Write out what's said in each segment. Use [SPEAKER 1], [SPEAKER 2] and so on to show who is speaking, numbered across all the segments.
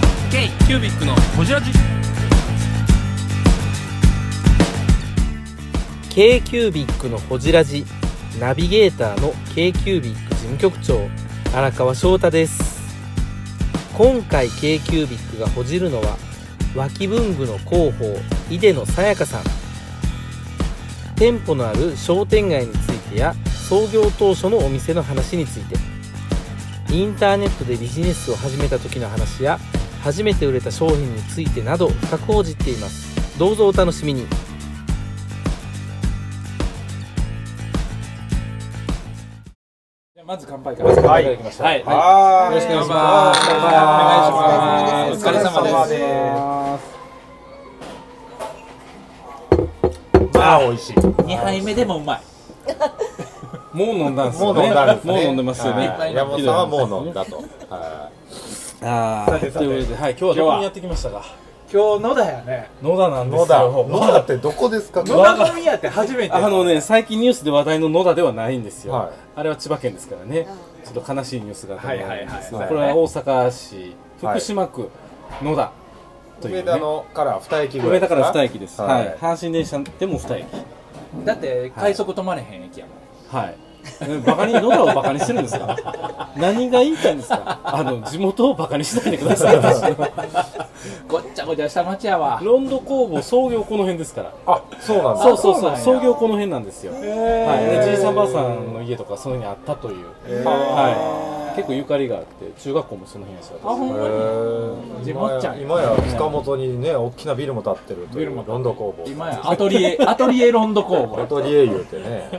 [SPEAKER 1] キュービックのホジラジ
[SPEAKER 2] k c キュービッのほじラジナビゲーターの k c キュービッ事務局長荒川翔太です今回 k c キュービッがほじるのは脇文具の広報井出野さやかさん店舗のある商店街についてや創業当初のお店の話についてインターネットでビジネスを始めた時の話や初めて売れた商品についてなど深く報じっていますどうぞお楽しみに
[SPEAKER 1] まず乾杯か
[SPEAKER 2] まず乾
[SPEAKER 1] は
[SPEAKER 2] 杯
[SPEAKER 1] い、は
[SPEAKER 2] から
[SPEAKER 1] い
[SPEAKER 2] いきましょう
[SPEAKER 1] はい
[SPEAKER 3] は
[SPEAKER 1] よろしくお願いします
[SPEAKER 3] 乾杯
[SPEAKER 1] お疲れ様です
[SPEAKER 3] まあ、美味しい。
[SPEAKER 1] 二杯目でもうまい
[SPEAKER 4] もう飲んだんすよね。
[SPEAKER 3] もう飲んだんですね
[SPEAKER 4] もう飲んでますよね。
[SPEAKER 3] はい山本さんはもう飲んだと。は
[SPEAKER 4] ああ。ということで、はい、今日はどこにやってきましたか
[SPEAKER 5] 今日野田やね
[SPEAKER 4] 野田なん
[SPEAKER 3] い
[SPEAKER 4] で
[SPEAKER 3] 野
[SPEAKER 4] す
[SPEAKER 3] 田、
[SPEAKER 4] よ。
[SPEAKER 3] 野田ってどこですか。
[SPEAKER 5] 野田の宮って初めて
[SPEAKER 4] あのね、最近ニュースで話題の野田ではないんですよ。
[SPEAKER 3] はい
[SPEAKER 4] あれは千葉県ですからね。ちょっと悲しいニュースがあったんですけど、
[SPEAKER 3] はいはいはい
[SPEAKER 4] これは大阪市、
[SPEAKER 3] はい
[SPEAKER 4] 福島区、野田という
[SPEAKER 3] 梅
[SPEAKER 4] ね
[SPEAKER 3] 田。のから二駅ぐら
[SPEAKER 4] 上
[SPEAKER 3] いで
[SPEAKER 4] 田
[SPEAKER 3] すか。
[SPEAKER 4] から二駅です。
[SPEAKER 3] は
[SPEAKER 4] はいい。阪神電車でも二駅。
[SPEAKER 1] だって快速止まれへん駅やもん
[SPEAKER 4] はい。バカに、野田をバカにしてるんです か何が言いたいんですかあの、地元をバカにしないでください。私の
[SPEAKER 1] ごっちゃごちゃした街やわ
[SPEAKER 4] ロンド工房創業この辺ですから。
[SPEAKER 3] あ、そうなんだ。
[SPEAKER 4] そうそ
[SPEAKER 1] そ
[SPEAKER 4] う
[SPEAKER 1] う
[SPEAKER 4] そ
[SPEAKER 1] な
[SPEAKER 4] う
[SPEAKER 1] や
[SPEAKER 4] ん創業この辺なんですよ、はい、でじいさんばあさんの家とかそういうのにあったという、はい、結構ゆかりがあって中学校もその辺ですよ
[SPEAKER 1] あほんまに
[SPEAKER 3] へー
[SPEAKER 1] 地
[SPEAKER 3] 今
[SPEAKER 1] 元ちゃ
[SPEAKER 3] や
[SPEAKER 1] ん
[SPEAKER 3] 今や塚本にね大きなビルも建ってるというロンド工房
[SPEAKER 1] 今やアトリエアトリエロンド工
[SPEAKER 3] ア
[SPEAKER 1] 房
[SPEAKER 3] トリエ言うて ね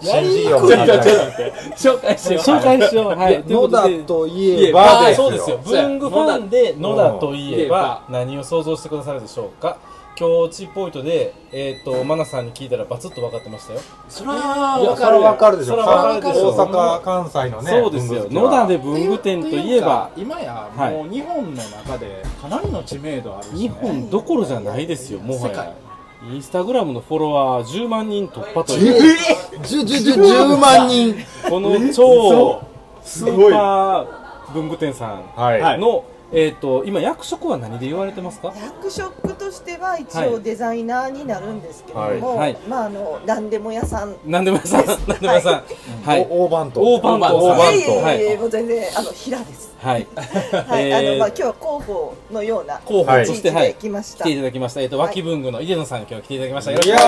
[SPEAKER 3] 新事業もやりたい
[SPEAKER 1] 紹介しよう
[SPEAKER 4] 紹介しようはいというこ
[SPEAKER 3] 野
[SPEAKER 4] とで
[SPEAKER 3] 田といえば
[SPEAKER 4] そうですよ
[SPEAKER 1] そうや
[SPEAKER 4] 文具ファンで野田といえば
[SPEAKER 1] う
[SPEAKER 4] 何を想像してくださるでしょうか今日チポイントで、えっとマナさんに聞いたらバツッと分かってましたよ、
[SPEAKER 1] そら
[SPEAKER 3] いや
[SPEAKER 1] わ
[SPEAKER 3] それはわかるでし
[SPEAKER 4] そ
[SPEAKER 3] ょ
[SPEAKER 4] れはわかるでしょ
[SPEAKER 3] 大阪関西のね
[SPEAKER 4] そうですよ野
[SPEAKER 3] 文具好きは
[SPEAKER 4] 田で文具店といえば
[SPEAKER 5] っていうか今や
[SPEAKER 4] は
[SPEAKER 5] もう日本の中でかなりの知名度あるし、ね、
[SPEAKER 4] 日本どころじゃないですよもは
[SPEAKER 5] 世界
[SPEAKER 4] やインスタグラムのフォロワー10万人突破という
[SPEAKER 3] えー、10, 10, 10万人
[SPEAKER 4] この超スーパー文具店さん
[SPEAKER 3] はい、
[SPEAKER 5] はい
[SPEAKER 4] の、えっ、と今役職は何で言われてますか？
[SPEAKER 6] 役職としては一
[SPEAKER 4] は
[SPEAKER 6] 応
[SPEAKER 4] い
[SPEAKER 6] デザイナーになるんですけれども、
[SPEAKER 4] はいはい
[SPEAKER 6] まああの何でも屋さん、
[SPEAKER 4] なんでも屋さん、なんでも屋さん、はい、はい、
[SPEAKER 3] お大番頭
[SPEAKER 4] 大番頭
[SPEAKER 3] 大
[SPEAKER 4] バン
[SPEAKER 3] 番
[SPEAKER 6] いえいえ
[SPEAKER 3] 頭、
[SPEAKER 4] はい
[SPEAKER 6] ええもう全然あの平です。は、
[SPEAKER 4] はいい、
[SPEAKER 6] あのまあ
[SPEAKER 4] え
[SPEAKER 6] 今日は広報のような
[SPEAKER 4] ー、広
[SPEAKER 3] は
[SPEAKER 4] 報
[SPEAKER 3] い
[SPEAKER 4] と
[SPEAKER 6] 地
[SPEAKER 4] し
[SPEAKER 6] 域
[SPEAKER 4] て、はい
[SPEAKER 6] で、来まし
[SPEAKER 4] 来
[SPEAKER 6] た。
[SPEAKER 4] てい
[SPEAKER 6] よ
[SPEAKER 4] ただきました。えっ、と脇文具の井出野さん今日は来ていただきました。よろし
[SPEAKER 3] い
[SPEAKER 4] くお
[SPEAKER 3] や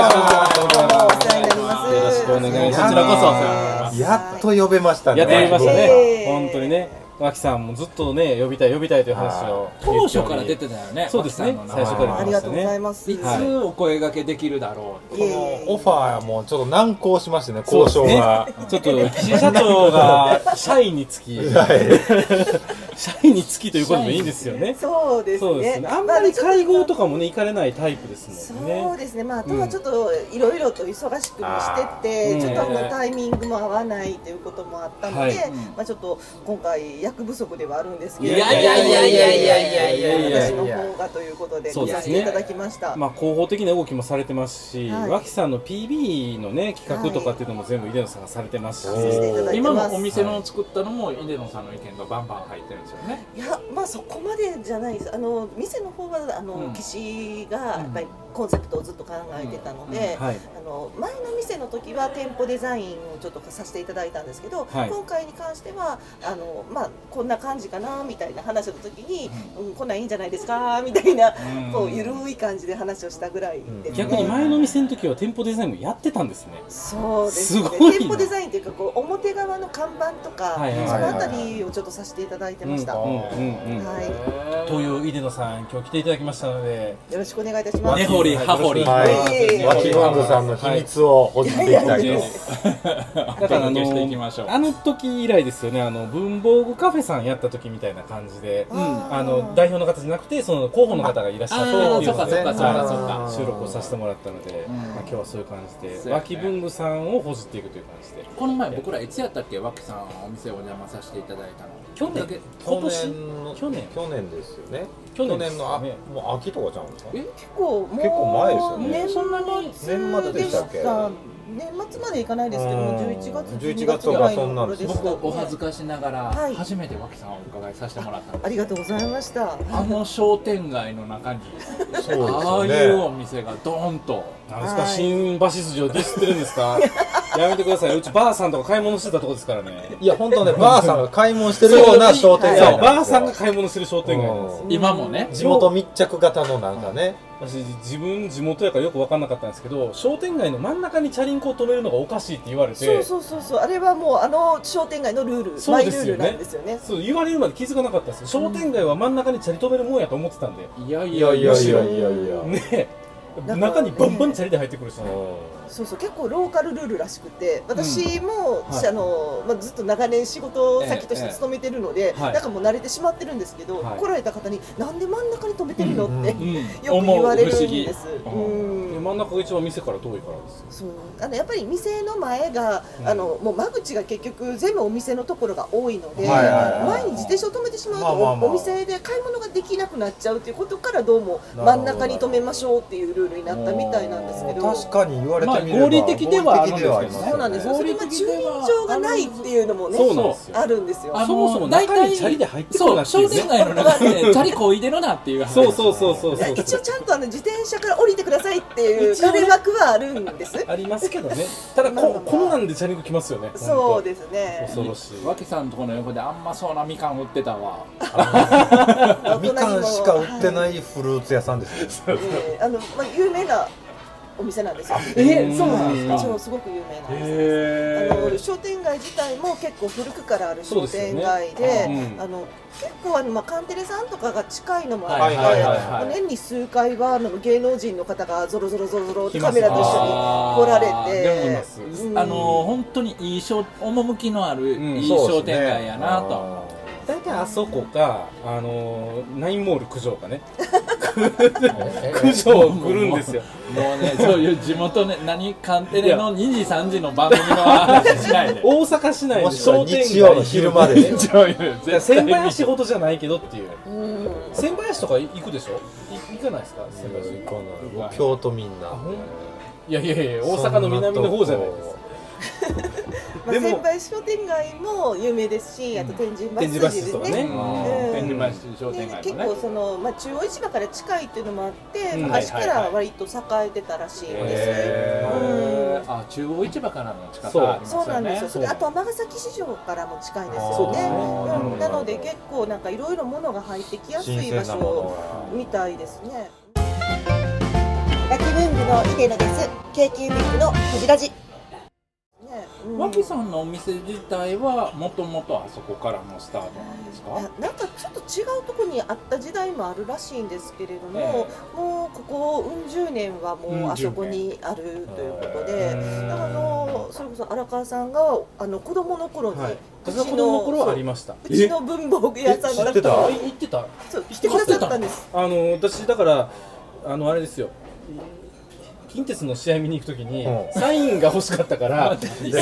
[SPEAKER 4] 願いし
[SPEAKER 6] ろ
[SPEAKER 3] ー
[SPEAKER 6] しくお世話になります。
[SPEAKER 4] よろしくお願いします
[SPEAKER 3] こちらこそお世話
[SPEAKER 4] に
[SPEAKER 3] やっと呼べましたね
[SPEAKER 4] やってみましたね、
[SPEAKER 6] えー
[SPEAKER 4] 本当にね、脇さんもずっとね呼びたい呼びたいという話を
[SPEAKER 1] 当初から出て
[SPEAKER 4] て
[SPEAKER 1] たよね
[SPEAKER 4] そうですね
[SPEAKER 1] 脇さんの名前
[SPEAKER 4] 最初から
[SPEAKER 6] ありがとうございます。
[SPEAKER 1] い
[SPEAKER 4] はい
[SPEAKER 1] つお声掛けできるだろう
[SPEAKER 6] い
[SPEAKER 1] この
[SPEAKER 6] えいえ
[SPEAKER 3] オファーもちょっと難航しましてね交渉が、
[SPEAKER 4] ちょっと岸社長が社員につき、社員につきということもいいんですよね。
[SPEAKER 6] そうですね。
[SPEAKER 4] そうですね。あんまり会合と
[SPEAKER 6] か。
[SPEAKER 4] かもね、行かれないタイプですもんね。
[SPEAKER 6] そうですね、まあ、あとはちょっといろいろと忙しくもしてて、
[SPEAKER 4] うん
[SPEAKER 6] ちょっとあ
[SPEAKER 1] ね
[SPEAKER 6] のタイミングも合わないということもあったので、
[SPEAKER 4] はい
[SPEAKER 6] まあ、ちょっと今回、役不足ではあるんですけれ
[SPEAKER 1] い
[SPEAKER 6] ども、
[SPEAKER 1] やいやいやいやい
[SPEAKER 3] やいやいやいや
[SPEAKER 6] 私の方がということで、
[SPEAKER 4] そう
[SPEAKER 6] 来
[SPEAKER 4] で
[SPEAKER 6] さ
[SPEAKER 4] す
[SPEAKER 6] せ
[SPEAKER 4] ね
[SPEAKER 6] ていただきました。
[SPEAKER 4] まあ、広報的な動きもされてますし、
[SPEAKER 6] はい
[SPEAKER 4] 脇さんの PB のね、企画とかっていうのも全部、井出野さんがされてますし、
[SPEAKER 3] はいさせていただい
[SPEAKER 6] て
[SPEAKER 1] 今
[SPEAKER 6] ます
[SPEAKER 1] のお店の作ったのも井出野さんの意見がバンバン入ってるんですよね
[SPEAKER 6] いやまあそこまでじゃないですあの店の方はあの、
[SPEAKER 1] うん
[SPEAKER 6] 岸がやっぱりコンセプトをずっと考えてたので、
[SPEAKER 4] はい、
[SPEAKER 6] あの前の店の時は店舗デザインをちょっとさせていただいたんですけど、
[SPEAKER 4] はい
[SPEAKER 6] 今回に関してはあの、まあ、こんな感じかなみたいな話の時に、うんこんなんいいんじゃないですかみたいな、こうゆるい感じで話をしたぐらいです、ね
[SPEAKER 4] 逆に前の店の時は店舗デザインもやってたんですね。
[SPEAKER 6] そうですね
[SPEAKER 4] すごいな
[SPEAKER 6] 店舗デザインというかこう表側の看板とか、
[SPEAKER 4] はいはいはい
[SPEAKER 6] そのあたりをちょっとさせていただいてました、
[SPEAKER 4] うんうんうんうん
[SPEAKER 6] はい、よ
[SPEAKER 4] という井出野さん、今日来ていただきましたので、
[SPEAKER 6] ろしくお願いいたします
[SPEAKER 1] 根掘り葉掘り
[SPEAKER 3] はい、
[SPEAKER 6] えー
[SPEAKER 3] ワキワンドさんの秘密を掘っていきたいと、
[SPEAKER 4] だからあ
[SPEAKER 1] お届
[SPEAKER 4] の
[SPEAKER 1] けしていきましょう
[SPEAKER 4] あの時以来ですよねあの文房具カフェさんやった時みたいな感じで、あの代表の方じゃなくてその候補の方がいらっしゃった
[SPEAKER 1] あー
[SPEAKER 4] という
[SPEAKER 1] そう
[SPEAKER 4] の
[SPEAKER 1] か
[SPEAKER 4] で
[SPEAKER 1] そうかそうかそう
[SPEAKER 3] あ
[SPEAKER 1] か
[SPEAKER 3] ー
[SPEAKER 4] 収録をさせてもらったので、まあ、今日はそういう感じで、
[SPEAKER 1] そうやね
[SPEAKER 4] 脇文具さんをほじっていくという感じで
[SPEAKER 1] この前僕らいつやったっけ脇さんお店お邪魔させていただいたの
[SPEAKER 4] 去年
[SPEAKER 1] だけ
[SPEAKER 4] 今
[SPEAKER 3] 去
[SPEAKER 4] 年
[SPEAKER 3] 年の
[SPEAKER 4] 去年
[SPEAKER 3] 去年ですよね
[SPEAKER 4] 去年ですね
[SPEAKER 3] のあもう秋とかちゃうんですか
[SPEAKER 1] え
[SPEAKER 6] 結構もう
[SPEAKER 3] 結構前ですよね
[SPEAKER 6] 年
[SPEAKER 1] そんなに
[SPEAKER 6] 末でした
[SPEAKER 3] 年末でしたっ
[SPEAKER 6] 年末まで行かないですけども、
[SPEAKER 3] うん
[SPEAKER 6] 11月、
[SPEAKER 3] 11
[SPEAKER 6] 12
[SPEAKER 3] 月
[SPEAKER 6] 月
[SPEAKER 3] と
[SPEAKER 6] ぐ
[SPEAKER 3] から
[SPEAKER 6] い
[SPEAKER 3] そんな
[SPEAKER 6] の
[SPEAKER 3] んで
[SPEAKER 6] 頃
[SPEAKER 3] す
[SPEAKER 6] で
[SPEAKER 3] ね
[SPEAKER 6] した、
[SPEAKER 1] 僕お恥ずかしながら
[SPEAKER 6] はい
[SPEAKER 1] 初めて脇さんをお伺いさせてもらったんです
[SPEAKER 6] ありがとうございました。
[SPEAKER 1] あの商店街の中に
[SPEAKER 3] そうです
[SPEAKER 1] あ
[SPEAKER 3] よ
[SPEAKER 1] あ
[SPEAKER 3] ね
[SPEAKER 1] いうお店がドーンと
[SPEAKER 4] なんですか、
[SPEAKER 6] はい
[SPEAKER 4] 新橋筋をディスってるんです かやめてくださいうちばあさんとか買い物してたとこですからね
[SPEAKER 3] いや本当ねばあさんが買い物してるような商店街
[SPEAKER 4] そ
[SPEAKER 3] な
[SPEAKER 4] う
[SPEAKER 3] ですよ
[SPEAKER 4] ばあさんが買い物する商店街なんですよ
[SPEAKER 3] うん
[SPEAKER 1] 今もね
[SPEAKER 3] 地元密着型のなんかね
[SPEAKER 4] 私自分地元やからよく分かんなかったんですけど商店街の真ん中にチャリンコを止めるのがおかしいって言われて
[SPEAKER 6] そうそうそうそう、あれはもうあの商店街のルール、
[SPEAKER 4] そう
[SPEAKER 6] マイ
[SPEAKER 4] で
[SPEAKER 6] ルー
[SPEAKER 4] すよね
[SPEAKER 6] ルなんですよね。
[SPEAKER 4] そう言われるまで気づかなかったです商店街は真ん中にチャリ止めるもんやと思ってたんで
[SPEAKER 1] いやい
[SPEAKER 3] い
[SPEAKER 1] や
[SPEAKER 3] や
[SPEAKER 1] い
[SPEAKER 3] い
[SPEAKER 1] や
[SPEAKER 3] や
[SPEAKER 1] い
[SPEAKER 3] い
[SPEAKER 1] や
[SPEAKER 3] やいやいや
[SPEAKER 4] ねえ
[SPEAKER 6] なんか
[SPEAKER 4] 中にバンバンチャリで入ってくるしね
[SPEAKER 6] そうそう結構ローカルルールらしくて私も、あのまあ、ずっと長年仕事先として勤めてるので、
[SPEAKER 4] ええはい
[SPEAKER 6] なんかもう慣れてしまってるんですけど、
[SPEAKER 4] はい
[SPEAKER 6] 来られた方に「なんで真ん中に止めてるの?」って、
[SPEAKER 3] う
[SPEAKER 1] う
[SPEAKER 3] ん
[SPEAKER 1] ん
[SPEAKER 6] よく言われるんです。
[SPEAKER 1] 思う不
[SPEAKER 6] う
[SPEAKER 1] 思議
[SPEAKER 6] ん
[SPEAKER 4] で真ん中が一番店から遠いからですよ
[SPEAKER 6] そうあのやっぱり店の前が、
[SPEAKER 4] うん
[SPEAKER 6] あのもう間口が結局全部お店のところが多いので、
[SPEAKER 3] はいはいはい
[SPEAKER 6] 前に自転車を止めてしまうと、
[SPEAKER 3] まあまあまあ
[SPEAKER 6] お店で買い物ができなくなっちゃうということからどうも
[SPEAKER 3] なるほど
[SPEAKER 6] 真ん中に止めましょうっていうルールになったみたいなんですけど。
[SPEAKER 3] 確かに言われてみれば
[SPEAKER 4] まあ合理的ではあるんですけどね
[SPEAKER 3] 合理的ではありますよね
[SPEAKER 6] そうなんですよ。それは
[SPEAKER 1] 合理的
[SPEAKER 6] 駐
[SPEAKER 1] では
[SPEAKER 6] 輪場がないっていうのもね、
[SPEAKER 4] そうなんですよ
[SPEAKER 6] あるんですよ。
[SPEAKER 1] あの
[SPEAKER 4] そもそも中にチャリで入ってくる
[SPEAKER 1] そ
[SPEAKER 4] な
[SPEAKER 1] う
[SPEAKER 4] ってい
[SPEAKER 1] 商
[SPEAKER 4] うね
[SPEAKER 1] 店街の中でチャリこいでるなっていう話
[SPEAKER 4] そうそうそうそう
[SPEAKER 6] いや
[SPEAKER 4] そう
[SPEAKER 6] 一応ちゃんとあの自転車から降りてくださいっていう垂れ幕はあるんです。
[SPEAKER 4] ありますけどねただ
[SPEAKER 6] まあまあ
[SPEAKER 4] こ
[SPEAKER 6] まあ
[SPEAKER 4] こんなんでチャリンコ来ますよね
[SPEAKER 6] そう
[SPEAKER 4] で
[SPEAKER 6] ですね。。
[SPEAKER 4] 恐ろしい
[SPEAKER 1] 脇さんとこの横であんまそうなみかん売ってたわ
[SPEAKER 3] みかんしか売ってないいフルーツ屋さんですよ
[SPEAKER 6] えーあのまあ有名なお店なんですよ。
[SPEAKER 1] え
[SPEAKER 4] そうなん
[SPEAKER 1] です
[SPEAKER 6] 一応すごく有名なお店です。あの商店街自体も結構古くからある商店街
[SPEAKER 4] そうです
[SPEAKER 6] で
[SPEAKER 4] よねうん
[SPEAKER 6] あの結構あのまあカンテレさんとかが近いのもあ
[SPEAKER 1] は
[SPEAKER 6] っ
[SPEAKER 1] い
[SPEAKER 6] て
[SPEAKER 1] はいはい
[SPEAKER 6] まあ
[SPEAKER 1] はい
[SPEAKER 6] 年に数回はあの芸能人の方がゾロゾロゾロゾロってカメラと一緒に
[SPEAKER 1] あー
[SPEAKER 6] 来られ
[SPEAKER 4] でもい
[SPEAKER 6] て
[SPEAKER 4] ます
[SPEAKER 6] うん
[SPEAKER 1] あの本当にいい商趣のある
[SPEAKER 4] うん
[SPEAKER 1] いい
[SPEAKER 3] そう
[SPEAKER 1] 商
[SPEAKER 3] で
[SPEAKER 1] 店
[SPEAKER 3] すね
[SPEAKER 1] 街やなと、
[SPEAKER 4] 大体あそこかあのーナインモール九条 かね九条来るんですよ
[SPEAKER 1] もうねそういう地元ね何カンテレの2時3時の番組の話しないで
[SPEAKER 4] 大阪市内
[SPEAKER 3] も
[SPEAKER 4] の
[SPEAKER 3] しくは
[SPEAKER 4] 商店街
[SPEAKER 3] 日曜の昼間ですよ
[SPEAKER 1] そういう
[SPEAKER 4] いや千林ほどじゃないけどっていう
[SPEAKER 6] うん
[SPEAKER 4] 千林とか行くでしょい行かないですか千林
[SPEAKER 3] 行かない僕京都民
[SPEAKER 4] あ
[SPEAKER 3] なん
[SPEAKER 4] ほん
[SPEAKER 3] で
[SPEAKER 4] いやいやいや大阪の南の方じゃないですか
[SPEAKER 6] まあ
[SPEAKER 4] でも
[SPEAKER 6] 先輩商店街も有名ですしあと天神
[SPEAKER 4] 天神
[SPEAKER 6] 橋
[SPEAKER 4] 橋
[SPEAKER 6] 筋
[SPEAKER 4] 筋とか
[SPEAKER 6] で
[SPEAKER 4] ね
[SPEAKER 6] ね。
[SPEAKER 1] うん天神橋商
[SPEAKER 6] で
[SPEAKER 1] 店街
[SPEAKER 6] 結
[SPEAKER 1] も
[SPEAKER 6] 構
[SPEAKER 1] ね
[SPEAKER 6] その、まあ、中央市場から近いっていうのもあって、
[SPEAKER 4] うん
[SPEAKER 6] 昔か
[SPEAKER 1] はいはい
[SPEAKER 6] ら
[SPEAKER 1] はい
[SPEAKER 6] 割と栄えてたらしいんですね。
[SPEAKER 4] へ
[SPEAKER 1] へーあ中央市場からの近さありますよ
[SPEAKER 6] そう
[SPEAKER 1] ね
[SPEAKER 6] なんですよ。それ
[SPEAKER 4] そう
[SPEAKER 6] あと尼崎市場からも近いです
[SPEAKER 3] そう
[SPEAKER 6] よ
[SPEAKER 3] です
[SPEAKER 6] ね
[SPEAKER 3] ね。
[SPEAKER 6] うん、なので結構なんかいろいろものが入ってきやす
[SPEAKER 3] 新
[SPEAKER 6] い場
[SPEAKER 3] 鮮なもの
[SPEAKER 6] 所
[SPEAKER 3] が
[SPEAKER 6] みたいですね。ラキブングのイデノです。京急ビッグのこじらじ。ね、うん
[SPEAKER 1] 脇さんのお店自体はもともとあそこからのスタートなんですか、
[SPEAKER 6] あなんかちょっと違うとこにあった時代もあるらしいんですけれども、
[SPEAKER 1] え
[SPEAKER 6] もうここうん十年はもうあそこにあるということで、だからあのそれこそ荒川さんがあの子供の頃に、
[SPEAKER 4] はいう
[SPEAKER 6] ち
[SPEAKER 4] 私が子供の頃はありました
[SPEAKER 6] うちの文房具屋さんだった
[SPEAKER 4] あ
[SPEAKER 6] ら
[SPEAKER 4] 行ってた
[SPEAKER 6] そう来てくださったんです
[SPEAKER 4] あの私だからあのあれですよ近鉄の試合見に行くときに、
[SPEAKER 3] うん
[SPEAKER 4] サインが欲しかったから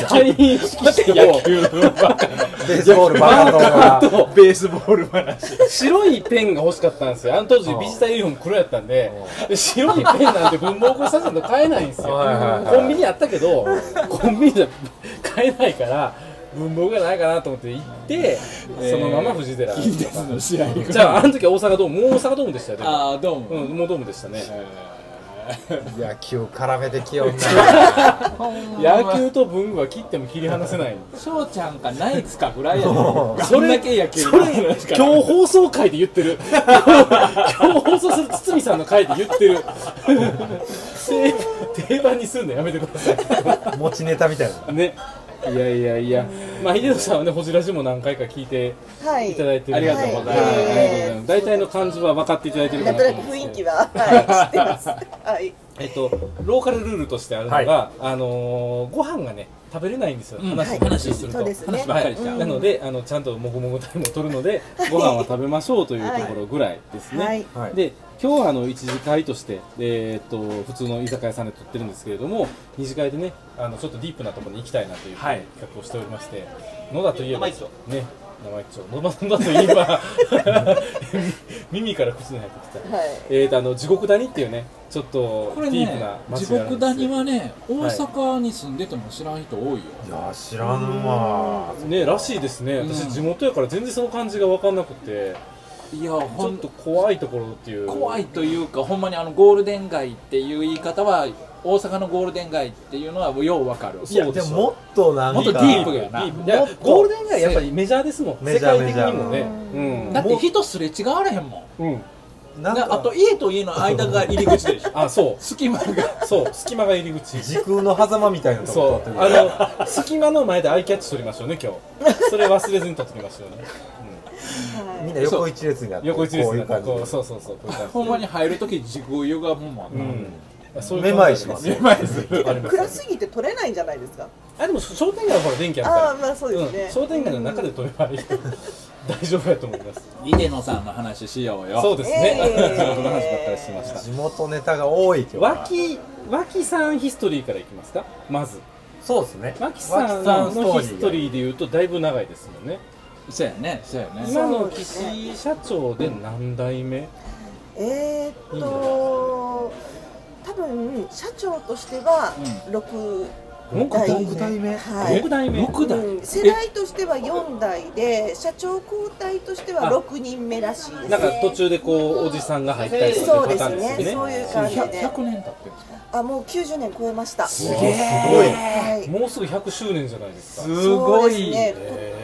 [SPEAKER 4] サイン色紙を
[SPEAKER 3] ベースボールバカの
[SPEAKER 4] あ
[SPEAKER 3] が
[SPEAKER 4] と
[SPEAKER 5] ベースボール話
[SPEAKER 4] 白いペンが欲しかったんですよあの当時
[SPEAKER 3] うん
[SPEAKER 4] ビジターユニフォーム黒やったんで白いペンなんて文房具屋さんじゃないと買えないんですよ
[SPEAKER 3] はいはいはい
[SPEAKER 4] コンビニあったけどコンビニじゃ買えないから文房具がないかなと思って行ってそのまま藤寺
[SPEAKER 1] 近鉄の試合
[SPEAKER 4] じゃああの時は大阪ドームもう大阪ドームでしたよでも
[SPEAKER 1] ああどうも、
[SPEAKER 4] うん、もうドームでしたね。
[SPEAKER 3] 野球絡めてきよんな
[SPEAKER 4] 野球と文具は切っても切り離せない。
[SPEAKER 1] 翔ちゃんかナイツかぐらいやで
[SPEAKER 4] そ
[SPEAKER 1] そ
[SPEAKER 4] れ
[SPEAKER 1] れだけ野球
[SPEAKER 4] そ
[SPEAKER 1] の
[SPEAKER 4] れ、
[SPEAKER 1] 話から
[SPEAKER 4] 今日放送回で言って る。今日放送する堤さんの回で言ってる。定定番にするのやめてくださ。
[SPEAKER 3] 持ちネタみたいない
[SPEAKER 4] ね。いやいやいや。まあ、秀人さんはね、ほじらじも何回か聞いて
[SPEAKER 6] はい
[SPEAKER 4] いただいてる。
[SPEAKER 1] ありがとうございます
[SPEAKER 4] はありがとうござい
[SPEAKER 6] え
[SPEAKER 4] ま
[SPEAKER 6] ー
[SPEAKER 4] す。大体の感じは分かっていただいてるか
[SPEAKER 6] なん
[SPEAKER 4] な
[SPEAKER 6] と
[SPEAKER 4] と
[SPEAKER 6] な
[SPEAKER 4] 思
[SPEAKER 6] く
[SPEAKER 4] うんですけど
[SPEAKER 6] 雰囲気は、はい、知ってます。はい。
[SPEAKER 4] えっと、ローカルルールとしてあるのが、
[SPEAKER 3] は
[SPEAKER 4] あのーご飯がね食べれないんですよ、
[SPEAKER 1] うん
[SPEAKER 4] 話
[SPEAKER 1] はい
[SPEAKER 4] 話すると、
[SPEAKER 6] そうですね
[SPEAKER 4] 話ばっかりしちゃう、
[SPEAKER 6] うん
[SPEAKER 4] なのであのちゃんともぐもぐタイムを取るのでご飯は食べましょうというところぐらいですね、
[SPEAKER 6] はい。
[SPEAKER 3] はい
[SPEAKER 4] で今日はあの1次会として、えーっと普通の居酒屋さんで撮ってるんですけれども2次会でねあのちょっとディープなところに行きたいなという
[SPEAKER 1] はい
[SPEAKER 4] 企画をしておりまして、野田といえばね生一丁飲まんだといえば 耳から口に入ってきた
[SPEAKER 6] はい
[SPEAKER 4] えーとあの地獄谷っていうねちょっと
[SPEAKER 1] こ
[SPEAKER 4] デ
[SPEAKER 1] れ
[SPEAKER 4] ィープ
[SPEAKER 1] ね
[SPEAKER 4] な
[SPEAKER 1] 地
[SPEAKER 4] 街がある
[SPEAKER 1] 獄
[SPEAKER 4] んですよ
[SPEAKER 1] 谷はね大阪に住んでても知らん人多いよ、
[SPEAKER 3] いやー知らんわ
[SPEAKER 4] ねらしいですね
[SPEAKER 1] うん
[SPEAKER 4] 私地元やから全然その感じが分かんなくて
[SPEAKER 1] い、や
[SPEAKER 4] ち
[SPEAKER 1] ほ
[SPEAKER 4] ょっ
[SPEAKER 1] ん
[SPEAKER 4] と
[SPEAKER 1] と
[SPEAKER 4] 怖いところっていう
[SPEAKER 1] 怖いというかほんまにあのゴールデン街っていう言い方は大阪のゴールデン街っていうのはようわかる
[SPEAKER 3] いや
[SPEAKER 4] そうで
[SPEAKER 3] で
[SPEAKER 4] しょ
[SPEAKER 3] ももっとなんか
[SPEAKER 1] もっとディープや
[SPEAKER 4] ディ
[SPEAKER 1] な
[SPEAKER 4] ープいや
[SPEAKER 3] もっと
[SPEAKER 4] ゴールデン街はやっぱりメジャーですもん
[SPEAKER 3] メ
[SPEAKER 4] 世
[SPEAKER 3] ジャー
[SPEAKER 4] 界的にもねうん
[SPEAKER 1] だって人すれ違われへんもん
[SPEAKER 4] うん
[SPEAKER 3] なん
[SPEAKER 1] な
[SPEAKER 3] か
[SPEAKER 1] あと家と家の間が入り口 でしょ
[SPEAKER 4] あそ
[SPEAKER 1] 隙間が
[SPEAKER 4] うそう隙間が入り口
[SPEAKER 3] 時空の狭間みたいなと
[SPEAKER 4] そ
[SPEAKER 3] こ
[SPEAKER 4] う
[SPEAKER 3] 立ってる
[SPEAKER 4] あの隙間の前でアイキャッチ取りましょうね今日それ忘れずに取ってきましょう ね、
[SPEAKER 3] みんな横一列になっ
[SPEAKER 4] うん、
[SPEAKER 3] て
[SPEAKER 4] 横一列
[SPEAKER 3] こうい
[SPEAKER 4] に
[SPEAKER 3] う感じ
[SPEAKER 4] こうそうそうそうこういう感じ
[SPEAKER 1] ほんまに入るとき時空歪むもん
[SPEAKER 4] う
[SPEAKER 1] な、
[SPEAKER 4] んそう
[SPEAKER 3] めまいします
[SPEAKER 4] よ
[SPEAKER 3] よ
[SPEAKER 6] 暗すぎて取れないんじゃないですか。
[SPEAKER 4] あでも商店街はほら電気あるから
[SPEAKER 6] ああー、まあそうですね。
[SPEAKER 4] ん、商店街の中で取ればいい 大丈夫やと思います
[SPEAKER 1] 出野さんの話しようよ
[SPEAKER 4] そうですね、
[SPEAKER 6] えー
[SPEAKER 4] 地元の話ばっかりしてまし
[SPEAKER 3] 地元ネタが多い今日
[SPEAKER 4] た
[SPEAKER 3] は
[SPEAKER 4] 脇脇さんヒストリーからいきますかまず
[SPEAKER 3] そうですね
[SPEAKER 4] 脇さん
[SPEAKER 3] 脇さんの
[SPEAKER 4] のヒ
[SPEAKER 3] ヒ
[SPEAKER 4] ス
[SPEAKER 3] ス
[SPEAKER 4] ト
[SPEAKER 3] ト
[SPEAKER 4] リ
[SPEAKER 3] リ
[SPEAKER 4] ーでいうとだいぶ長いですもんね
[SPEAKER 1] そうやねそうやね
[SPEAKER 4] 今の岸社長で何代目
[SPEAKER 6] えー、っと、多分社長としては六
[SPEAKER 4] 六
[SPEAKER 6] 代目。
[SPEAKER 3] 六代目
[SPEAKER 6] はい。
[SPEAKER 4] 6代目
[SPEAKER 1] 六代
[SPEAKER 6] うん世代としては4代で社長交代としては6人目らしいですね
[SPEAKER 4] なんか途中でこうおじさんが入ったりと
[SPEAKER 6] そ
[SPEAKER 4] か
[SPEAKER 6] う
[SPEAKER 4] って
[SPEAKER 6] で
[SPEAKER 4] パタ
[SPEAKER 6] す
[SPEAKER 4] ーン
[SPEAKER 6] ね
[SPEAKER 4] ですよ
[SPEAKER 6] そう
[SPEAKER 4] ね
[SPEAKER 6] いう感じ
[SPEAKER 1] 100,
[SPEAKER 6] で
[SPEAKER 1] 100年経ってるんですか
[SPEAKER 6] あもう90年超えましたす
[SPEAKER 3] げえ
[SPEAKER 6] はい
[SPEAKER 4] もうすぐ100周年じゃないですか
[SPEAKER 1] すごい
[SPEAKER 6] そうですねこえ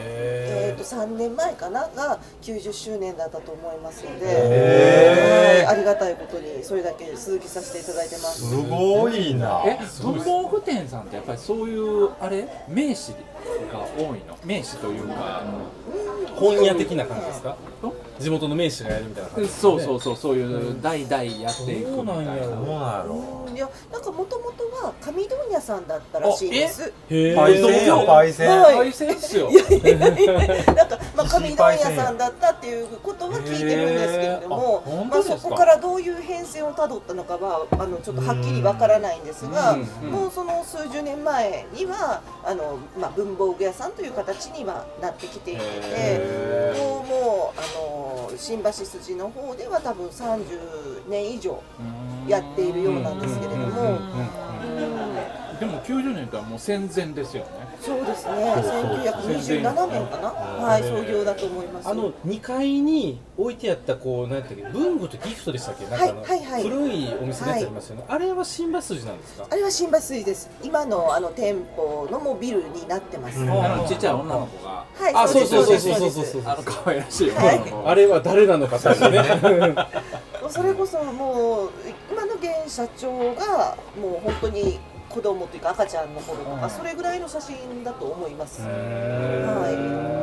[SPEAKER 4] へ
[SPEAKER 6] ー、と3年前かなが90周年だったと思いますので、
[SPEAKER 3] へー
[SPEAKER 6] はいありがたいことにそれだけ続きさせていただいてます
[SPEAKER 3] すごいな
[SPEAKER 1] え文房具店さんってやっぱりそういうあれ名詞が多いの名詞というか、
[SPEAKER 4] ー本屋的な感じですか
[SPEAKER 1] うん
[SPEAKER 4] 地元の名士がやるみたいな感じですかね
[SPEAKER 1] そうそうそうそういう代々やっていくみたいな
[SPEAKER 4] そうなんや
[SPEAKER 3] どうなんやろ
[SPEAKER 6] うんいやなんかもともとは紙問屋さんだったらしいです
[SPEAKER 4] へ
[SPEAKER 3] パイセンやパイセン
[SPEAKER 6] はい
[SPEAKER 1] 大戦っすよ
[SPEAKER 6] なんか、まあ、紙問屋さんだったっていうことは聞いてるんですけれども
[SPEAKER 1] へーあ、本
[SPEAKER 6] まあ、
[SPEAKER 1] 当です
[SPEAKER 6] そ
[SPEAKER 1] か
[SPEAKER 6] こからどういう変遷をたどったのかはあのちょっとはっきりわからないんですが
[SPEAKER 4] うん
[SPEAKER 1] うん
[SPEAKER 6] もうその数十年前にはあの、まあ、文房具屋さんという形にはなってきていてもうもうあの新橋筋の方では多分30年以上やっているようなんですけれども。
[SPEAKER 4] うんうんうんうん
[SPEAKER 6] うん
[SPEAKER 1] でも90年とはもう戦前ですよね
[SPEAKER 6] そうですね。1927年かな。はい、創業だと思います。
[SPEAKER 4] あの2階に置いてあったこうなんていうっけ文具とギフトでしたっけなんかあの、
[SPEAKER 6] はいはいはい
[SPEAKER 4] 古いお店のやつありますよね、あれは新橋筋なんですか
[SPEAKER 6] あれは新橋水です。今のあの店舗のもうビルになってます。
[SPEAKER 3] うん
[SPEAKER 6] は
[SPEAKER 1] あのちっちゃい女の子が
[SPEAKER 6] い、
[SPEAKER 4] あ
[SPEAKER 6] です
[SPEAKER 4] そうそうそう
[SPEAKER 6] です
[SPEAKER 4] そうそうそう
[SPEAKER 6] です
[SPEAKER 1] あの可愛らしい
[SPEAKER 6] は
[SPEAKER 1] 女
[SPEAKER 6] い
[SPEAKER 1] の子
[SPEAKER 4] あれは誰なのかというね
[SPEAKER 6] もうそれこそもう今の現社長がもう本当に子供というか赤ちゃんの頃とか、それぐらいの写真だと思います。はい。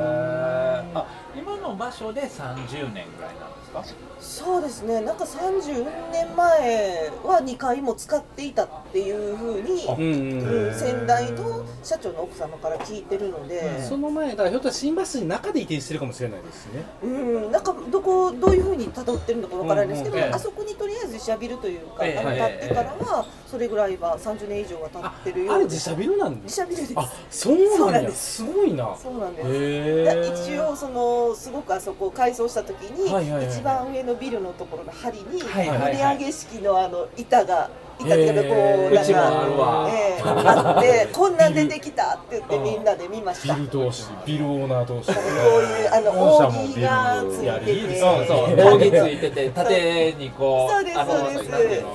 [SPEAKER 1] あ今の場所で30年ぐらいなんですか
[SPEAKER 6] そうですね。なんか30年前は2階も使っていたっていうふう に。
[SPEAKER 4] うんうんうん
[SPEAKER 6] うん先代の社長の奥様から聞いてるので、
[SPEAKER 4] その前だからひょっとしたら新橋筋の中で移転してるかもしれないですしね
[SPEAKER 6] うん、なんかどこどういうふうにたどってるのかわからないですけど、
[SPEAKER 1] うんうんええ
[SPEAKER 6] あそこにとりあえず自社ビルというか、
[SPEAKER 1] ええ
[SPEAKER 6] あの
[SPEAKER 1] え
[SPEAKER 6] 建
[SPEAKER 1] え
[SPEAKER 6] ってからはそれぐらいは30年以上は経
[SPEAKER 4] あ
[SPEAKER 6] ってるよ
[SPEAKER 4] あ
[SPEAKER 6] う
[SPEAKER 4] れ
[SPEAKER 6] な
[SPEAKER 4] 自社ビルなんで
[SPEAKER 6] 自
[SPEAKER 4] す
[SPEAKER 6] 社ビルです
[SPEAKER 4] あそう
[SPEAKER 6] そう
[SPEAKER 4] な
[SPEAKER 6] なんん
[SPEAKER 4] や
[SPEAKER 6] です
[SPEAKER 4] ごいな
[SPEAKER 6] そうなんですいや
[SPEAKER 4] へえ
[SPEAKER 6] 一応そのすごくあそこを改装した時に、
[SPEAKER 4] はいはいはい
[SPEAKER 6] 一番上のビルのところの梁に
[SPEAKER 1] は
[SPEAKER 6] 盛
[SPEAKER 1] いはいはい
[SPEAKER 6] り上げ式のあの板が板っていう
[SPEAKER 1] う
[SPEAKER 6] かこ
[SPEAKER 1] ち
[SPEAKER 6] う
[SPEAKER 1] も
[SPEAKER 6] なん
[SPEAKER 1] あ
[SPEAKER 6] か、
[SPEAKER 1] るわ
[SPEAKER 6] ええあ ってこんなん出てきたって言ってみんなで見ました。
[SPEAKER 4] ビル同士ビルオーナー同士
[SPEAKER 6] こういうあの
[SPEAKER 3] 本社も
[SPEAKER 6] 扇
[SPEAKER 3] ビル
[SPEAKER 6] がついて
[SPEAKER 4] いやいいで
[SPEAKER 6] て、
[SPEAKER 4] すね
[SPEAKER 1] そうそう扇ついてて縦にこう
[SPEAKER 6] そうです
[SPEAKER 1] あの
[SPEAKER 6] そうです
[SPEAKER 1] なんていうの
[SPEAKER 4] い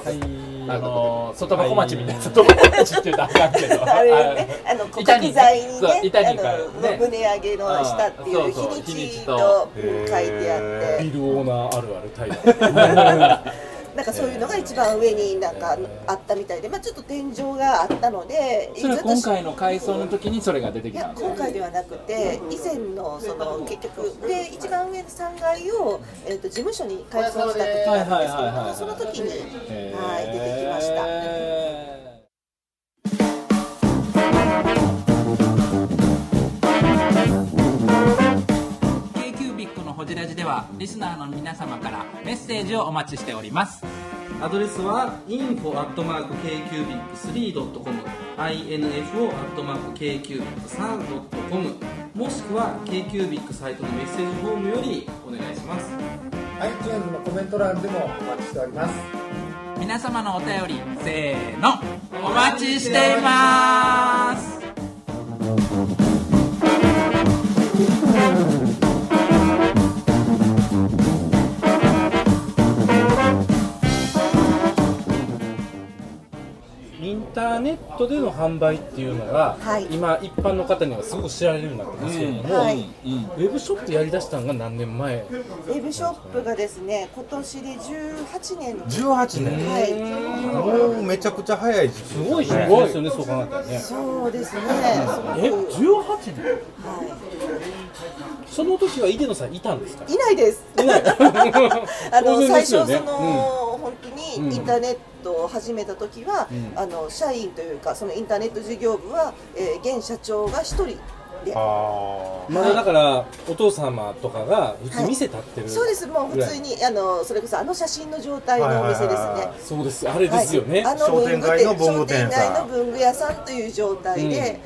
[SPEAKER 1] あの外箱町みたいな外箱町って言うとあかんけど
[SPEAKER 6] あれね、あの小刻
[SPEAKER 1] 板に
[SPEAKER 6] み材
[SPEAKER 1] そ
[SPEAKER 6] に
[SPEAKER 1] う
[SPEAKER 6] ね、
[SPEAKER 1] 板に
[SPEAKER 6] あ
[SPEAKER 1] 書い
[SPEAKER 6] の
[SPEAKER 1] てね
[SPEAKER 6] 胸上げの下ってい
[SPEAKER 1] あ
[SPEAKER 6] う
[SPEAKER 1] そうそう
[SPEAKER 6] 日に
[SPEAKER 1] 日にち
[SPEAKER 6] ち
[SPEAKER 1] と
[SPEAKER 6] とうん書いてあっ
[SPEAKER 4] ビ
[SPEAKER 6] て、
[SPEAKER 4] ルオーナーあるあるタイプ
[SPEAKER 6] なんかそういうのが一番上になんかあったみたいで、まあちょっと天井があったので、
[SPEAKER 1] それは今回の改装の時にそれが出て
[SPEAKER 6] い
[SPEAKER 1] きた
[SPEAKER 6] や
[SPEAKER 1] んです
[SPEAKER 6] 今回ではなくて以前のその結局で一番上の3階を、えー、と事務所に改装した時なんですけれどもその時に、はい、出てきました。
[SPEAKER 7] K-Cubic のホジラジではリスナーの皆様からメッセージをお待ちしております
[SPEAKER 2] アドレスは info.kcubic3.com info.kcubic3.com ももしくは k q b i c サイトのメッセージフォームよりお願いします
[SPEAKER 8] はい、iTunes のコメント欄でもお待ちしております。
[SPEAKER 7] 皆様のお便りせーのお待ちしています
[SPEAKER 4] インターネットでの販売っていうのが、
[SPEAKER 6] はい
[SPEAKER 4] 今一般の方にはすごく知られるようになってますけれども、
[SPEAKER 6] はい
[SPEAKER 4] ウェブショップやりだしたのが何年前
[SPEAKER 6] ウェブショップがですね今年で18年の
[SPEAKER 3] 18年
[SPEAKER 6] はい
[SPEAKER 3] もうめちゃくちゃ早い時期
[SPEAKER 4] すごいですねですよねそう考えたらね
[SPEAKER 6] そうですねすごく
[SPEAKER 5] え18年
[SPEAKER 6] は
[SPEAKER 4] その時は井出野さんいたんですか
[SPEAKER 6] いいないです
[SPEAKER 4] いない
[SPEAKER 6] あ
[SPEAKER 4] 当
[SPEAKER 6] の
[SPEAKER 4] 然
[SPEAKER 6] 最
[SPEAKER 4] で
[SPEAKER 6] 初
[SPEAKER 4] す
[SPEAKER 6] その
[SPEAKER 4] よね、
[SPEAKER 6] 本当にインターネットを始めた時は、あの社員というかそのインターネット事業部は、えー現社長が一人で
[SPEAKER 4] まだだからお父様とかがうち店立ってる、
[SPEAKER 6] そうですもう普通にあのそれこそあの写真の状態のお店
[SPEAKER 3] はい
[SPEAKER 6] です
[SPEAKER 3] はいはい
[SPEAKER 6] ね
[SPEAKER 3] は
[SPEAKER 4] そうですあれですよね、
[SPEAKER 6] はい、あの
[SPEAKER 3] 商店街の文
[SPEAKER 6] 文
[SPEAKER 3] 具
[SPEAKER 6] 具
[SPEAKER 3] 店
[SPEAKER 6] 店商店
[SPEAKER 3] さん
[SPEAKER 6] 街の文具屋さんという状態で、で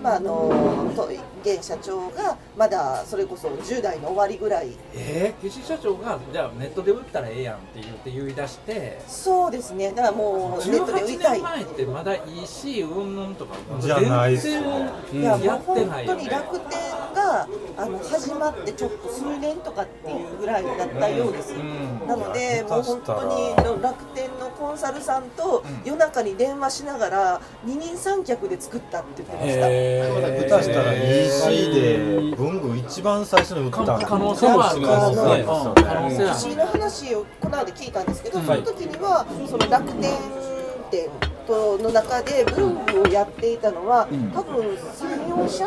[SPEAKER 6] まああのと現社長がまだそれこそ10代の終わりぐらい
[SPEAKER 1] えー、岸社長がじゃあネットで売ったらええやんって言って言い出して
[SPEAKER 6] そうですねだからもうネットで売り
[SPEAKER 1] 18
[SPEAKER 6] たい
[SPEAKER 1] 年前ってまだいいしうんぬんとか
[SPEAKER 3] じゃないっすね
[SPEAKER 1] 全
[SPEAKER 6] いや
[SPEAKER 1] 然
[SPEAKER 6] もう
[SPEAKER 1] やってな
[SPEAKER 6] 本
[SPEAKER 1] い
[SPEAKER 6] 当
[SPEAKER 1] よ
[SPEAKER 6] に
[SPEAKER 1] ね
[SPEAKER 6] 楽天があの始まってちょっと数年とかっていうぐらいだったようです、なのでもう本当に楽天のコンサルさんと夜中に電話しながら二人三脚で作ったって言ってました、
[SPEAKER 4] え
[SPEAKER 3] 下手したら EC で文具一番最初に売ったの
[SPEAKER 1] 可能性はある
[SPEAKER 6] かもしれない
[SPEAKER 3] ですよね
[SPEAKER 1] うん可能性はあ
[SPEAKER 6] 不思議な話をこの間聞いたんですけど、その時にはその楽天店との中で文具をやっていたのは、多分34社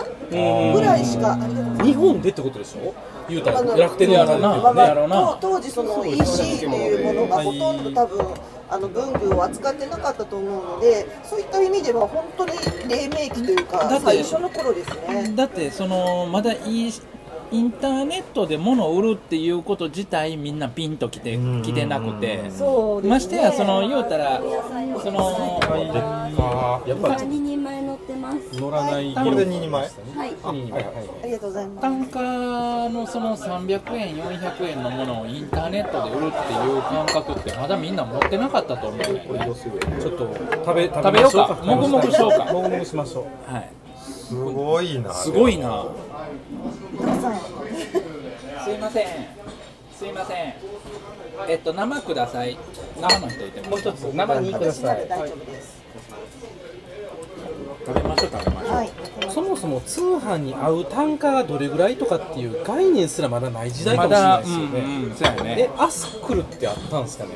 [SPEAKER 6] ぐらいしかありがとうございます
[SPEAKER 4] 日本でってことでしょ言うたら
[SPEAKER 6] あの
[SPEAKER 4] 楽天の中で
[SPEAKER 1] やろう
[SPEAKER 6] まあまあ
[SPEAKER 1] やろうな
[SPEAKER 6] と当時その EC っていうものがほとんど多分あの文具を扱ってなかったと思うのでそういった意味では本当に黎明期というか
[SPEAKER 1] だって
[SPEAKER 6] 最初の頃ですね
[SPEAKER 1] だってそのまだいいインターネットで物を売るっていうこと自体みんなピンときて
[SPEAKER 3] ん
[SPEAKER 1] きてなくて
[SPEAKER 6] そうですね
[SPEAKER 1] ましてやその言うたらその
[SPEAKER 4] やっ
[SPEAKER 9] これ
[SPEAKER 4] ぱ
[SPEAKER 9] 2人前乗ってます。
[SPEAKER 4] 乗らない
[SPEAKER 3] これで2人前
[SPEAKER 9] はい。
[SPEAKER 4] 二人前はい
[SPEAKER 6] ありがとうございます
[SPEAKER 1] 単価のその300円400円のものをインターネットで売るっていう感覚ってまだみんな持ってなかったと思うね
[SPEAKER 4] ちょっと食べ
[SPEAKER 1] 食べようか
[SPEAKER 4] ましょ
[SPEAKER 1] もぐもぐしようか
[SPEAKER 4] もぐもぐしましょう
[SPEAKER 1] はい
[SPEAKER 3] すごいな
[SPEAKER 1] すごいなすいませんすいませんえっと生ください生の人いても
[SPEAKER 4] もう一つ生にくだ
[SPEAKER 6] 私
[SPEAKER 4] さ
[SPEAKER 6] なんで
[SPEAKER 4] い
[SPEAKER 6] 大丈夫です
[SPEAKER 1] 食べましょう食べましょう
[SPEAKER 6] はい
[SPEAKER 4] そもそも通販に合う単価がどれぐらいとかっていう概念すらまだない時代か
[SPEAKER 1] ま
[SPEAKER 4] もしれない
[SPEAKER 1] だ
[SPEAKER 4] で
[SPEAKER 1] う
[SPEAKER 4] すよ
[SPEAKER 1] んうん
[SPEAKER 4] ね、
[SPEAKER 1] そうや
[SPEAKER 4] え
[SPEAKER 1] ね
[SPEAKER 4] アスクルってあったんですかね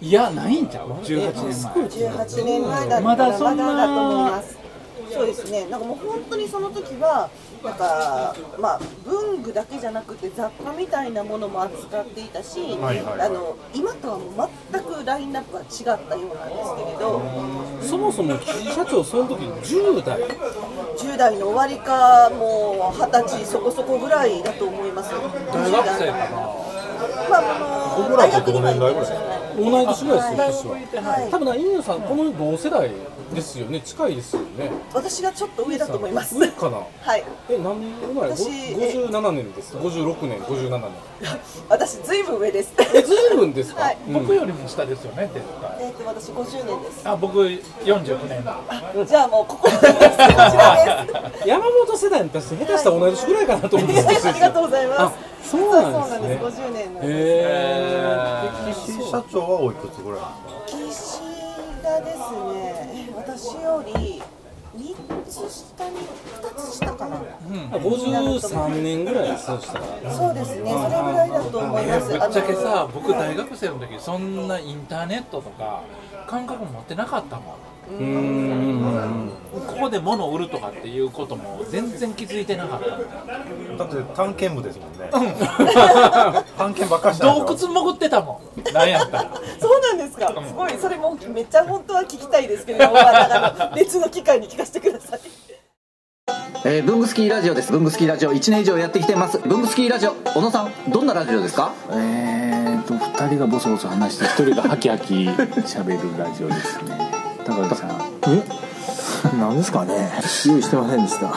[SPEAKER 1] いやないんちゃう18
[SPEAKER 4] えア
[SPEAKER 1] 年
[SPEAKER 4] ス
[SPEAKER 1] 前
[SPEAKER 4] クルって
[SPEAKER 6] 18年前だったら
[SPEAKER 1] ま
[SPEAKER 6] ま
[SPEAKER 1] だ
[SPEAKER 6] だ
[SPEAKER 1] そんな
[SPEAKER 6] だと思いますそうですねなんかもう本当にその時はなんかまあ文具だけじゃなくて雑貨みたいなものも扱っていたし、
[SPEAKER 3] はいはいはい
[SPEAKER 6] あの今とはもう全くラインナップが違ったようなんですけれど
[SPEAKER 4] そもそも岸社長その時10代
[SPEAKER 6] 10代の終わりかもう二十歳そこそこぐらいだと思います大学生かなまああの
[SPEAKER 3] 僕らと同年代ぐらい
[SPEAKER 6] 大学には
[SPEAKER 4] 同い年ぐらいですよ
[SPEAKER 6] 行って
[SPEAKER 4] 私
[SPEAKER 6] ない
[SPEAKER 4] は
[SPEAKER 6] は
[SPEAKER 4] 多
[SPEAKER 6] い
[SPEAKER 4] 分な犬さんこの同世代ですよね近いですよね
[SPEAKER 6] 私がちょっと上だと思います
[SPEAKER 4] 上かな
[SPEAKER 6] はい
[SPEAKER 4] え何年生まれご
[SPEAKER 6] 私
[SPEAKER 4] 57年です56年57年
[SPEAKER 6] 私ずいぶん上です
[SPEAKER 4] えずいぶんですか、
[SPEAKER 6] はい
[SPEAKER 4] うん
[SPEAKER 5] 僕よりも下ですよね絶対
[SPEAKER 6] えっと私50年です
[SPEAKER 5] あ僕49年だ
[SPEAKER 6] じゃあもうここです。こちらです。
[SPEAKER 4] 山本世代に対して下手したら同い年ぐらいかなと思うんですけど
[SPEAKER 6] ありがとうございます。
[SPEAKER 4] すそうなんですね
[SPEAKER 6] そう50年の。
[SPEAKER 4] へ
[SPEAKER 6] え
[SPEAKER 4] え
[SPEAKER 3] 新社長はおいくつぐらいなんですか
[SPEAKER 6] 岸田ですね。私より三つ下に二つ下かな。
[SPEAKER 4] 53年ぐらいそうしたら
[SPEAKER 6] そうですね。それぐらいだと思います。
[SPEAKER 1] ぶっちゃけ
[SPEAKER 6] あ
[SPEAKER 1] さ
[SPEAKER 6] の
[SPEAKER 1] 僕大学生の時そんなインターネットとか感覚持ってなかったもんここで物を売るとかっていうことも全然気づいてなかった
[SPEAKER 3] だって探検部ですもんね探検ばっかりしてた
[SPEAKER 1] 洞窟潜ってたもんなんやったら
[SPEAKER 6] そうなんですか。すごいそれもめっちゃ本当は聞きたいですけれども、まあだから別の機会に聞かせてください。
[SPEAKER 10] えー、ブングスキーラジオですブングスキーラジオ1年以上やってきてますブングスキーラジオ小野さんどんなラジオですかえーと2人がボソボソ話して1人がハキハキ喋るラジオですね 高橋さんえなんですかね用意してませんでした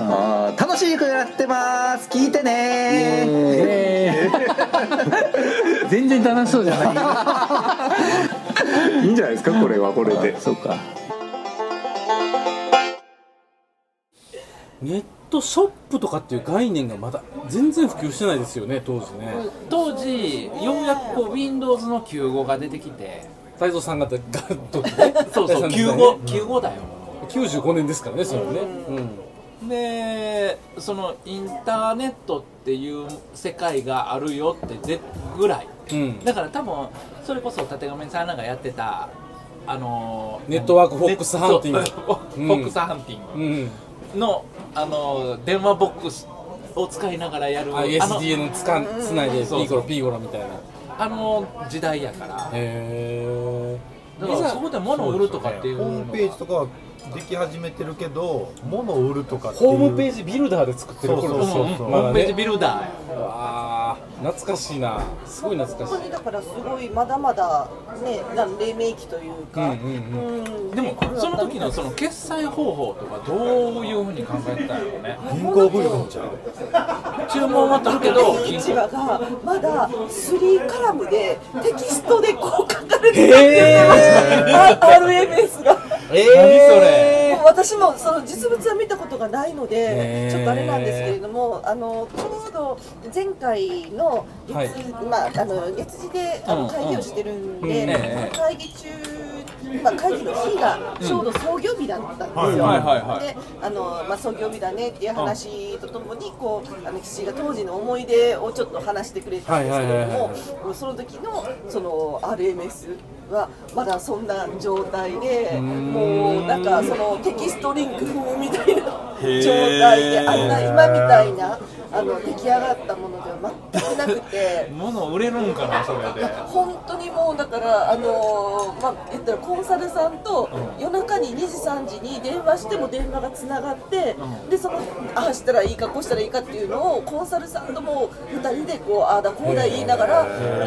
[SPEAKER 10] あー楽しい曲やってます聞いてね
[SPEAKER 2] 全然楽しそうじゃない
[SPEAKER 9] いいんじゃないですかこれはこれで
[SPEAKER 10] そうか
[SPEAKER 4] ネットショップとかっていう概念がまだ全然普及してないですよね当時ね、
[SPEAKER 1] 当時ようやくこう Windows の95が出てきて
[SPEAKER 4] 太蔵さんがガッとね
[SPEAKER 1] そう そう95 95だよ
[SPEAKER 4] 95年ですからねそれはね、うん
[SPEAKER 1] でそのインターネットっていう世界があるよってでぐらい
[SPEAKER 4] うん、
[SPEAKER 1] だから多分それこそ立亀さんらがやってたあの
[SPEAKER 4] ネットワークフォックスハンティング
[SPEAKER 1] ねそうフ
[SPEAKER 4] うん
[SPEAKER 1] ォックスハンティング
[SPEAKER 4] うん、
[SPEAKER 1] の、あのー電話ボックスを使いながらやるあの
[SPEAKER 4] ISDN つかんつないでピ
[SPEAKER 1] そう
[SPEAKER 4] ーコロピーゴロみたいな
[SPEAKER 1] あの時代やから
[SPEAKER 4] へ
[SPEAKER 1] だからそこで物を売るとかっていう
[SPEAKER 3] ホ
[SPEAKER 1] のが
[SPEAKER 3] ームページとかはでき始めてるけど物を売るとか
[SPEAKER 4] え
[SPEAKER 3] っていう
[SPEAKER 4] ホームページビルダーで作ってる頃ですよ
[SPEAKER 3] そうそうそう
[SPEAKER 1] ホ
[SPEAKER 3] ま
[SPEAKER 1] ームページビルダーや
[SPEAKER 4] あ懐かしいなすごい懐
[SPEAKER 6] 本
[SPEAKER 4] かし
[SPEAKER 6] 当に
[SPEAKER 4] い
[SPEAKER 6] だからすごいまだまだねな黎明期という
[SPEAKER 4] うん
[SPEAKER 6] か、
[SPEAKER 4] うんうん
[SPEAKER 6] うん
[SPEAKER 1] でもその時のその決済方法とかどういうふうに考えてたんやろうね
[SPEAKER 3] 銀行振り込んちゃう
[SPEAKER 1] 注文は取るけど銀
[SPEAKER 6] 一
[SPEAKER 1] 行
[SPEAKER 6] 話がまだ3カラムでテキストでこう書かれてたって言
[SPEAKER 2] へ
[SPEAKER 6] ってました、RMS が
[SPEAKER 2] えー、
[SPEAKER 6] もう私もその実物は見たことがないの
[SPEAKER 4] へ
[SPEAKER 6] で
[SPEAKER 4] ー
[SPEAKER 6] ちょっとあれなんですけれどもあのちょうど前回の月,、
[SPEAKER 4] はい
[SPEAKER 6] まあ、あの月次であ
[SPEAKER 1] うん
[SPEAKER 6] の会議をしてるん
[SPEAKER 4] うん
[SPEAKER 6] で、
[SPEAKER 1] ええ
[SPEAKER 6] 会議中、まあ、会議の日がちょうど創業日だったんですよ。
[SPEAKER 1] はいはいはい
[SPEAKER 6] であのまあ、創業日だねっていう話とともにこうあの岸井が当時の思い出をちょっと話してくれたんですけれど
[SPEAKER 4] はいはい
[SPEAKER 6] も
[SPEAKER 4] はい
[SPEAKER 6] もうその時のその RMS はまだそんな状態でもうなんかそのテキストリンクみたいな状態であんな今みたいなあの出来上がったものでは全くなくて。
[SPEAKER 1] 物売れるんかなそれで
[SPEAKER 6] 本当にもうだから、あのーまあ、言ったらコンサルさんと夜中に2時、3時に電話しても電話がつながって、でそのああしたらいいか、こうしたらいいかっていうのをコンサルさんとも2人でこうああだこうだ言いながら、もう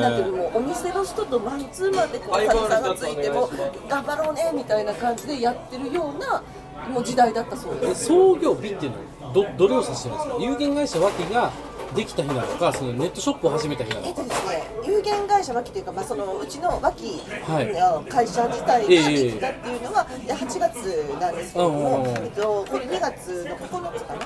[SPEAKER 6] なんていうのもうお店の人とマンツーマンでコンサルさんがついても頑張ろうねみたいな感じでやってるようなもう時代だったそうです。
[SPEAKER 4] 創業日っていうのはどどれを指してるんですか有限会社ワキができた日なのかそのネットショップを始めた日な
[SPEAKER 6] え
[SPEAKER 4] の
[SPEAKER 6] っ
[SPEAKER 4] か
[SPEAKER 6] とですね、有限会社脇というか、まあ、そのうちの脇、
[SPEAKER 4] はい
[SPEAKER 6] あの会社自体が
[SPEAKER 4] ええ
[SPEAKER 6] できたっていうのは、で8月なんですけれど
[SPEAKER 4] うん
[SPEAKER 6] も、
[SPEAKER 4] うんうん
[SPEAKER 6] えっと、これ2月の9日かな、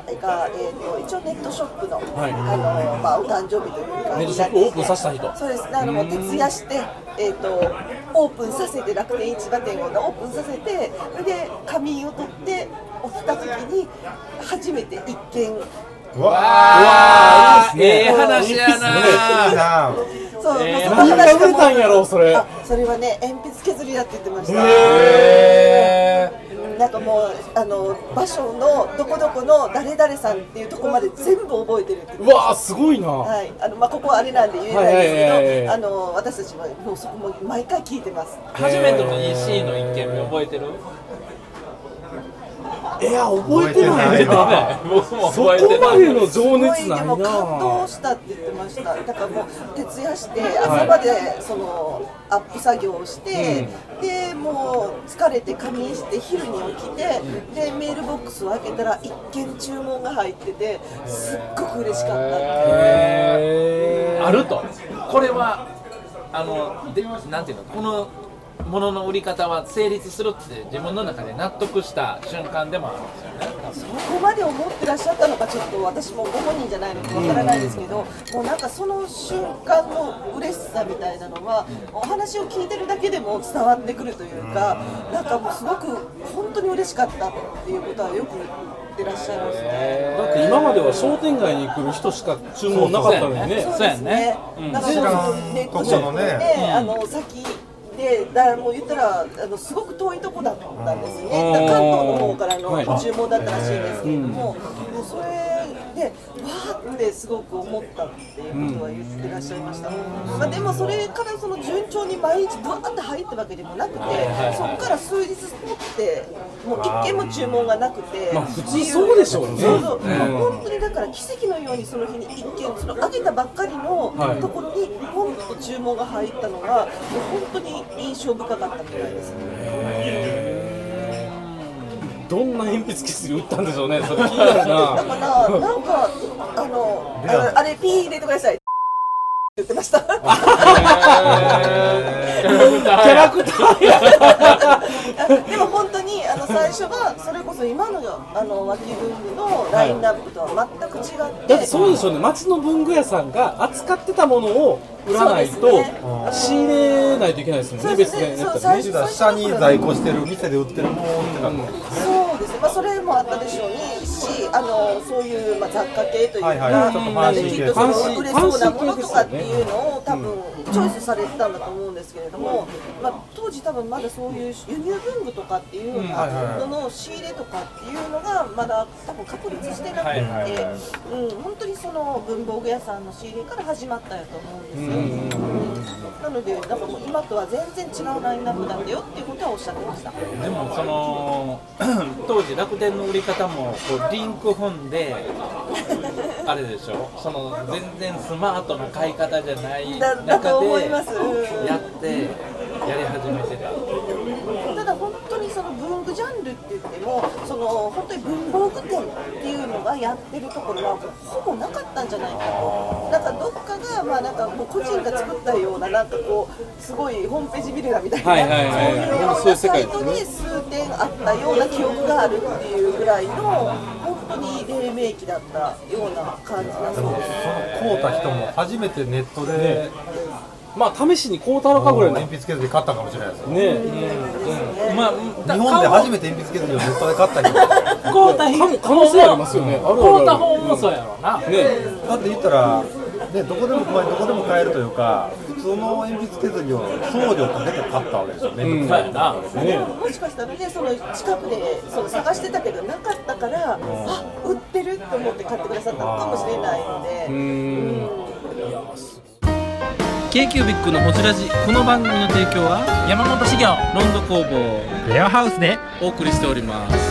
[SPEAKER 6] 8日が、えっと、一応ネットショップの,、
[SPEAKER 4] はい
[SPEAKER 6] あのまあ、お誕生日というか、
[SPEAKER 4] ネットショップをオープンさせた日と
[SPEAKER 6] そうですね、あのもう徹夜して、えっと、オープンさせて、楽天市場店をオープンさせて、それで仮眠を取って起きたときに、初めて一見、
[SPEAKER 4] ああいい
[SPEAKER 1] ええ
[SPEAKER 4] ですね
[SPEAKER 1] 話やな
[SPEAKER 3] あな
[SPEAKER 6] そう、もうその
[SPEAKER 4] 何が
[SPEAKER 6] 話が
[SPEAKER 4] 出
[SPEAKER 6] もう
[SPEAKER 4] たんやろうそれ
[SPEAKER 6] あそれはね鉛筆削りだって言ってました、
[SPEAKER 4] へー
[SPEAKER 6] なんかもうあの場所のどこどこの誰々さんっていうところまで全部覚えてるって言って
[SPEAKER 4] う
[SPEAKER 6] ました
[SPEAKER 4] わーすごいな、
[SPEAKER 6] はい、あのまあここはあれなんで言えないですけど、
[SPEAKER 4] はいはいはいはい
[SPEAKER 6] あの私たちはもうそこも毎回聞いてます。
[SPEAKER 1] 初めての EC の一件目覚えてる
[SPEAKER 4] い、や覚えてないな
[SPEAKER 1] 僕も
[SPEAKER 4] そ
[SPEAKER 1] 覚えて
[SPEAKER 4] こ
[SPEAKER 1] な
[SPEAKER 4] ま
[SPEAKER 1] い
[SPEAKER 4] での情熱
[SPEAKER 6] すご
[SPEAKER 4] ない
[SPEAKER 6] で
[SPEAKER 4] い
[SPEAKER 6] も
[SPEAKER 4] な
[SPEAKER 6] 感動したって言ってました。だからもう徹夜して朝までそのアップ作業をして、でもう疲れて仮眠して昼に起きて、でメールボックスを開けたら一件注文が入っててすっごく嬉しかったっていう。
[SPEAKER 4] へー
[SPEAKER 1] あるとこれはあのでなんていうのこのものの売り方は成立するって自分の中で納得した瞬間でもあるんですよね
[SPEAKER 6] そこまで思ってらっしゃったのかちょっと私もご本人じゃないのでわからないですけど、もうなんかその瞬間の嬉しさみたいなのは、お話を聞いてるだけでも伝わってくるというか、なんかもうすごく本当に嬉しかったっていうことはよく言ってらっしゃいますね。
[SPEAKER 4] だって今までは商店街に来る人しか注文なかったのにね
[SPEAKER 1] そうやね
[SPEAKER 6] だからネットショップで、あの先でだからもう言ったらあのすごく遠いとこだったんですね、
[SPEAKER 4] うん
[SPEAKER 6] 関東の方から
[SPEAKER 4] はい
[SPEAKER 6] の注文だったらしいんですけれども、もうそれでわーってすごく思ったっていうことは言ってらっしゃいました、まあ、でもそれからその順調に毎日バーって入ったわけでもなくて、そこから数日経ってもう一件も注文がなくて、
[SPEAKER 4] まあ普通そうでしょうね
[SPEAKER 6] そうそう
[SPEAKER 4] うん
[SPEAKER 6] 本当にだから奇跡のようにその日に一件その揚げたばっかりの
[SPEAKER 4] はい
[SPEAKER 6] ところにポンと注文が入ったのがもう本当に印象深かったみたいですね。
[SPEAKER 4] どんな鉛筆キス売ったんでしょうねそれ気になる
[SPEAKER 6] だか
[SPEAKER 4] な
[SPEAKER 6] らなんかあのあのあれピー入れてください。って言ってました。
[SPEAKER 4] キャラクターや
[SPEAKER 6] でも本当にあの最初はそれこそ今のあの脇文具のラインナップとは全く違って、
[SPEAKER 4] だってそうでしょうね町の文具屋さんが扱ってたものを売らない
[SPEAKER 6] そう
[SPEAKER 4] と
[SPEAKER 6] ですね
[SPEAKER 4] 仕入れないといけないですもん
[SPEAKER 6] そ
[SPEAKER 4] ね
[SPEAKER 6] うで
[SPEAKER 4] 別
[SPEAKER 6] すね
[SPEAKER 4] にね
[SPEAKER 6] そう最初
[SPEAKER 3] だから下に在庫してる店で売ってるものってなんか
[SPEAKER 6] そうですね、まあ、それもあったでしょうにしあのそういう、まあ、雑貨系というか、
[SPEAKER 3] はいはいちょっとファンシー系
[SPEAKER 6] きっとその売れそうなものとかっていうのを多分チョイスされてたんだと思うんですけれども、まあ、当時多分まだそういう輸入文具とかっていうようなものの仕入れとかっていうのがまだ多分確立してなくて、うん、本当にその文房具屋さんの仕入れから始まったやと思うんですよ。なので、なんかもう今とは全然違うラインナップだったよっていうことはおっしゃってました。
[SPEAKER 1] でもその 当時楽天の売り方もこうリンク踏ん であれでしょその全然スマートな買い方じゃない
[SPEAKER 6] だだと
[SPEAKER 1] 中
[SPEAKER 6] 思
[SPEAKER 1] で
[SPEAKER 6] いますうん
[SPEAKER 1] やってやり始めてた
[SPEAKER 6] ただ本当にその文具ジャンルって言ってもその本当に文房具店っていうのがやってるところはほぼなかったんじゃないかとなんかどっかがまあなんかもう個人が作ったようななんかこうすごいホームページビルダーみたいな、
[SPEAKER 4] はいはいはい
[SPEAKER 6] そういうようなサイトに数点あったような記憶があるっていうぐらいの本当に黎明期だったような感じだそうです。
[SPEAKER 3] その買うた人も初めてネットで
[SPEAKER 4] まあ試しにこうたのかぐらいのね
[SPEAKER 3] 鉛筆削り買ったかもしれないですよ
[SPEAKER 1] まあ
[SPEAKER 3] 日本で初めて鉛筆削りをネットで買った人だ
[SPEAKER 1] こうた
[SPEAKER 4] かも可能性ありますよねあるあるある
[SPEAKER 1] うた本もそうやろな
[SPEAKER 4] ね
[SPEAKER 3] って言ったら、ね、どこでもまあどこでも買えるというか普通の鉛筆削りを送料かけて買ったわけですよね、面倒くさい
[SPEAKER 1] やな
[SPEAKER 6] でももしかしたらねその近くでその探してたけどなかったからあ売ってると思って買ってくださったのかもしれないので。
[SPEAKER 2] k q b i c のホジラジこの番組の提供は山本資源ロンド工房レアハウスでお送りしております